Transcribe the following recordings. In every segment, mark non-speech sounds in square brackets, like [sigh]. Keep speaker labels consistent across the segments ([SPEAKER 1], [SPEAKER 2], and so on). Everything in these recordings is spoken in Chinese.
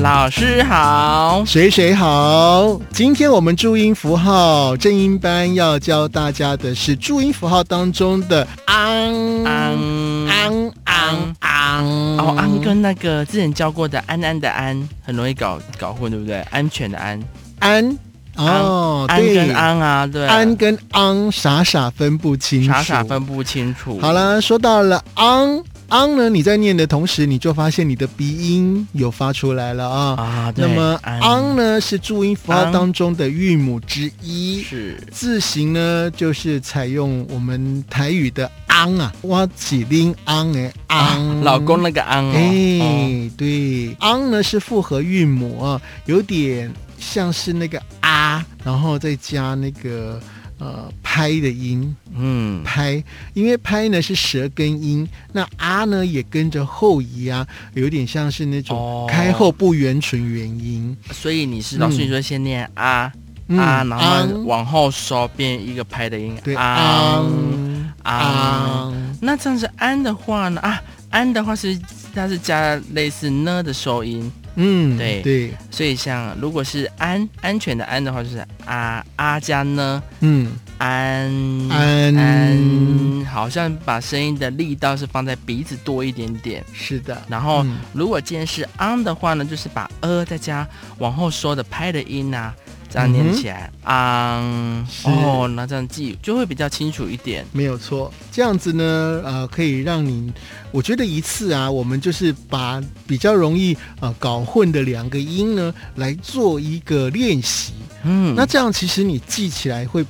[SPEAKER 1] 老师好，
[SPEAKER 2] 谁谁好？今天我们注音符号正音班要教大家的是注音符号当中的昂
[SPEAKER 1] 安
[SPEAKER 2] 昂昂昂
[SPEAKER 1] 哦安跟那个之前教过的安安的安很容易搞搞混，对不对？安全的安，
[SPEAKER 2] 安哦，
[SPEAKER 1] 安
[SPEAKER 2] 对，
[SPEAKER 1] 跟安啊，对，
[SPEAKER 2] 安跟昂傻傻分不清楚，
[SPEAKER 1] 傻傻分不清楚。
[SPEAKER 2] 好，啦，说到了昂昂呢，你在念的同时，你就发现你的鼻音有发出来了啊。
[SPEAKER 1] 啊，对
[SPEAKER 2] 那么昂呢是注音符号
[SPEAKER 1] 昂
[SPEAKER 2] 当中的韵母之一，
[SPEAKER 1] 是
[SPEAKER 2] 字形呢就是采用我们台语的昂啊，哇起令昂哎昂，
[SPEAKER 1] 啊老公那个安哦，哦
[SPEAKER 2] 哎对，昂呢是复合韵母啊，有点像是那个啊，然后再加那个呃拍的音，
[SPEAKER 1] 嗯，
[SPEAKER 2] 拍，因为拍呢是舌根音，那啊呢也跟着后移啊，有点像是那种
[SPEAKER 1] 哦
[SPEAKER 2] 开后不圆唇元音。
[SPEAKER 1] 所以你是老师，
[SPEAKER 2] 嗯
[SPEAKER 1] 你说先念啊
[SPEAKER 2] 嗯
[SPEAKER 1] 啊，然后
[SPEAKER 2] 昂
[SPEAKER 1] 往后收变一个拍的音，
[SPEAKER 2] 对
[SPEAKER 1] 啊
[SPEAKER 2] 昂
[SPEAKER 1] 啊。
[SPEAKER 2] 昂，
[SPEAKER 1] 那这样子安的话呢？啊，安的话是它是加类似呢的收音，
[SPEAKER 2] 嗯，
[SPEAKER 1] 对
[SPEAKER 2] 对，
[SPEAKER 1] 所以像如果是安安全的安的话，就是啊啊加呢
[SPEAKER 2] 嗯，
[SPEAKER 1] 安
[SPEAKER 2] 安
[SPEAKER 1] 安，好像把声音的力道是放在鼻子多一点点。
[SPEAKER 2] 是的。
[SPEAKER 1] 然后
[SPEAKER 2] 嗯
[SPEAKER 1] 如果今天是安的话呢，就是把呃再加往后说的拍的音啊，这样念起来安、
[SPEAKER 2] 嗯是
[SPEAKER 1] 哦，那这样记就会比较清楚一点。
[SPEAKER 2] 没有错，这样子呢，呃，可以让你，我觉得一次啊，我们就是把比较容易呃搞混的两个音呢，来做一个练习。
[SPEAKER 1] 嗯，
[SPEAKER 2] 那这样其实你记起来会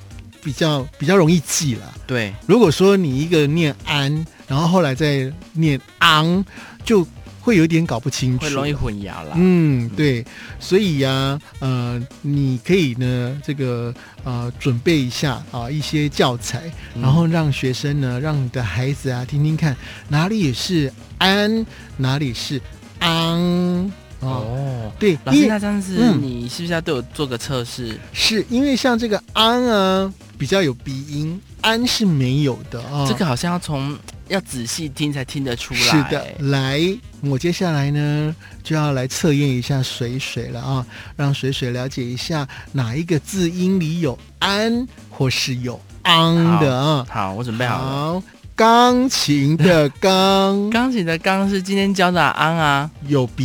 [SPEAKER 2] 比较比较容易记了。
[SPEAKER 1] 对
[SPEAKER 2] 如果说你一个念安，然后后来再念昂，就会有点搞不清楚，
[SPEAKER 1] 会容易。混淆啦。
[SPEAKER 2] 嗯，对，所以呀、呃，你可以呢，这个呃，准备一下啊、一些教材，
[SPEAKER 1] 嗯
[SPEAKER 2] 然后让学生呢，让你的孩子啊，听听看哪里也是安，哪里是昂哦，
[SPEAKER 1] 哦，
[SPEAKER 2] 对，
[SPEAKER 1] 老
[SPEAKER 2] 因
[SPEAKER 1] 师，
[SPEAKER 2] 为
[SPEAKER 1] 那这样子
[SPEAKER 2] 嗯
[SPEAKER 1] 你是不是要对我做个测试？
[SPEAKER 2] 是因为像这个安啊，比较有鼻音，安是没有的啊、
[SPEAKER 1] 这个好像要从要仔细听才听得出来。
[SPEAKER 2] 是的，来，我接下来呢就要来测验一下水水了啊，让水水了解一下哪一个字音里有安或是有昂的啊。
[SPEAKER 1] 好，我准备好了。
[SPEAKER 2] 好，钢琴的钢
[SPEAKER 1] 钢琴的钢是今天教的昂啊，
[SPEAKER 2] 有鼻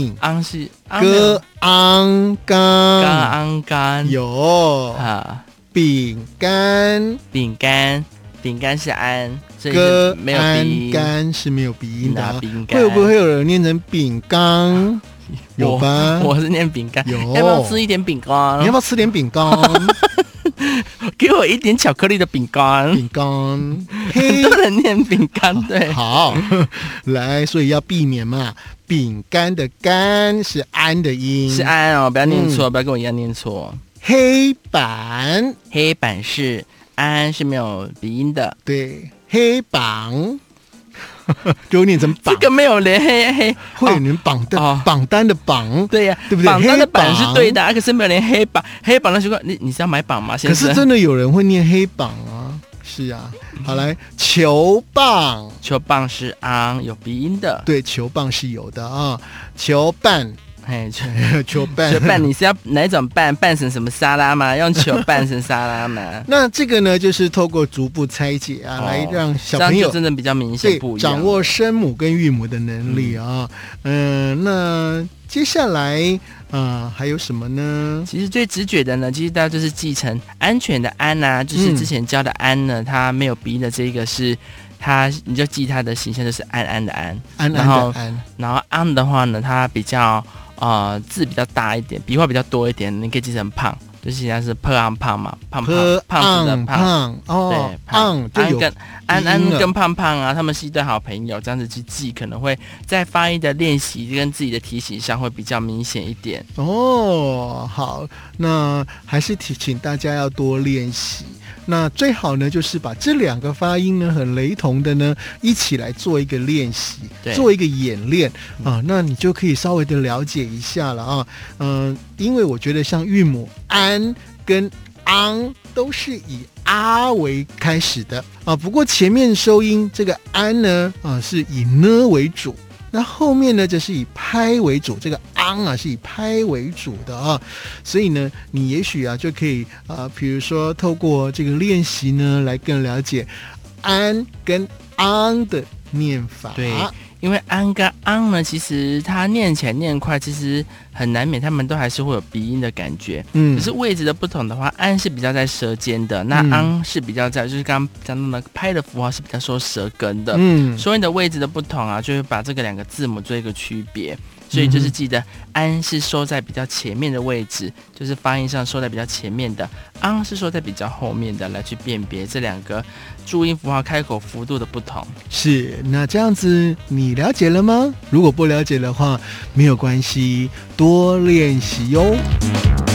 [SPEAKER 2] 音，
[SPEAKER 1] 昂是昂
[SPEAKER 2] 歌昂
[SPEAKER 1] 钢
[SPEAKER 2] 钢
[SPEAKER 1] 昂干
[SPEAKER 2] 嗯有
[SPEAKER 1] 啊，
[SPEAKER 2] 饼干，
[SPEAKER 1] 饼干饼干是安，所以是
[SPEAKER 2] 歌
[SPEAKER 1] 没有鼻
[SPEAKER 2] 安
[SPEAKER 1] 音
[SPEAKER 2] 干是没有鼻音的
[SPEAKER 1] 拿
[SPEAKER 2] 啊。
[SPEAKER 1] 饼干
[SPEAKER 2] 会不会有人念成饼干？有
[SPEAKER 1] [laughs] 我
[SPEAKER 2] 吧？
[SPEAKER 1] 我是念饼干，
[SPEAKER 2] 嗯有
[SPEAKER 1] 要不要吃一点饼干？
[SPEAKER 2] 你要不要吃点
[SPEAKER 1] [laughs]
[SPEAKER 2] 饼干？
[SPEAKER 1] 给我一点巧克力的饼干？
[SPEAKER 2] 饼干，
[SPEAKER 1] 很 [laughs]
[SPEAKER 2] 嘿，
[SPEAKER 1] 多人念饼干，对，
[SPEAKER 2] 好，来，所以要避免嘛。饼干的“干”是“安”的音，
[SPEAKER 1] 是。安哦，不要念
[SPEAKER 2] 嗯
[SPEAKER 1] 错，不要跟我一样念错。
[SPEAKER 2] 黑板，
[SPEAKER 1] 黑板是安是没有鼻音的，
[SPEAKER 2] 对，黑
[SPEAKER 1] [laughs]
[SPEAKER 2] 榜，给我念成
[SPEAKER 1] 这
[SPEAKER 2] 榜，
[SPEAKER 1] 个没有连黑黑
[SPEAKER 2] 会有人榜的、
[SPEAKER 1] 哦
[SPEAKER 2] 榜单的榜，
[SPEAKER 1] 对呀、
[SPEAKER 2] 对不对
[SPEAKER 1] 榜单的
[SPEAKER 2] 黑
[SPEAKER 1] 榜
[SPEAKER 2] 榜
[SPEAKER 1] 是对的，啊可是没有连黑榜，黑榜的习惯，你你是要买榜吗，先
[SPEAKER 2] 可
[SPEAKER 1] 生？
[SPEAKER 2] 是真的有人会念黑榜啊。是啊，好来，球棒，
[SPEAKER 1] 球棒是昂有鼻音的，
[SPEAKER 2] 对，球棒是有的啊。球棒， [laughs]
[SPEAKER 1] 嘿，球
[SPEAKER 2] 球棒，？
[SPEAKER 1] 球拌你是要哪一种拌？拌成什么沙拉吗？用球拌成沙拉吗
[SPEAKER 2] 那这个呢，就是透过逐步拆解啊，
[SPEAKER 1] [laughs] 哦
[SPEAKER 2] 来让小
[SPEAKER 1] 这样
[SPEAKER 2] 朋友
[SPEAKER 1] 就真的比较明
[SPEAKER 2] 对
[SPEAKER 1] 显不一样，
[SPEAKER 2] 掌握声母跟韵母的能力啊。嗯、那接下来啊、呃还有什么呢？
[SPEAKER 1] 其实最直觉的呢，其实大家就是继承安全的安呐、就是之前教的安呢，它没有鼻音的这个是它，你就记它的形象就是安安的安，
[SPEAKER 2] 安安
[SPEAKER 1] 然后
[SPEAKER 2] 的安，
[SPEAKER 1] 然后安的话呢，它比较呃字比较大一点，笔画比较多一点，你可以记成胖，就是像是胖昂胖嘛，胖胖胖子的
[SPEAKER 2] 胖
[SPEAKER 1] 胖。
[SPEAKER 2] 胖哦
[SPEAKER 1] 对，，
[SPEAKER 2] 胖就
[SPEAKER 1] 安
[SPEAKER 2] 有
[SPEAKER 1] 跟安安
[SPEAKER 2] 音了
[SPEAKER 1] 跟胖胖啊，他们是一对好朋友，这样子去记，可能会在发音的练习跟自己的提醒上会比较明显一点。
[SPEAKER 2] 哦。好，那还是提请大家要多练习。那最好呢，就是把这两个发音呢很雷同的呢，一起来做一个练习，
[SPEAKER 1] 对
[SPEAKER 2] 做一个演练啊，那你就可以稍微的了解一下了啊。嗯、因为我觉得像韵母安跟昂都是以啊为开始的啊，不过前面收音这个安呢啊是以呢为主，那后面呢就是以拍为主，这个昂、昂啊是以拍为主的啊，所以呢，你也许啊就可以啊，比如说透过这个练习呢，来更了解安跟昂的念法。
[SPEAKER 1] 对因为安跟昂呢，其实它念起来念快，其实很难免，他们都还是会有鼻音的感觉。
[SPEAKER 2] 嗯
[SPEAKER 1] 只是位置的不同的话，安是比较在舌尖的，那
[SPEAKER 2] 嗯
[SPEAKER 1] 昂是比较在就是刚刚讲到的拍的符号是比较受舌根的。
[SPEAKER 2] 嗯，
[SPEAKER 1] 所以你的位置的不同啊，就会把这个两个字母做一个区
[SPEAKER 2] 嗯
[SPEAKER 1] 别。所以就是记得，安是收在比较前面的位置，就是发音上收在比较前面的；昂是收在比较后面的，来去辨别这两个注音符号开口幅度的不同。
[SPEAKER 2] 是，那这样子你了解了吗？如果不了解的话，没有关系，多练习哟、哦。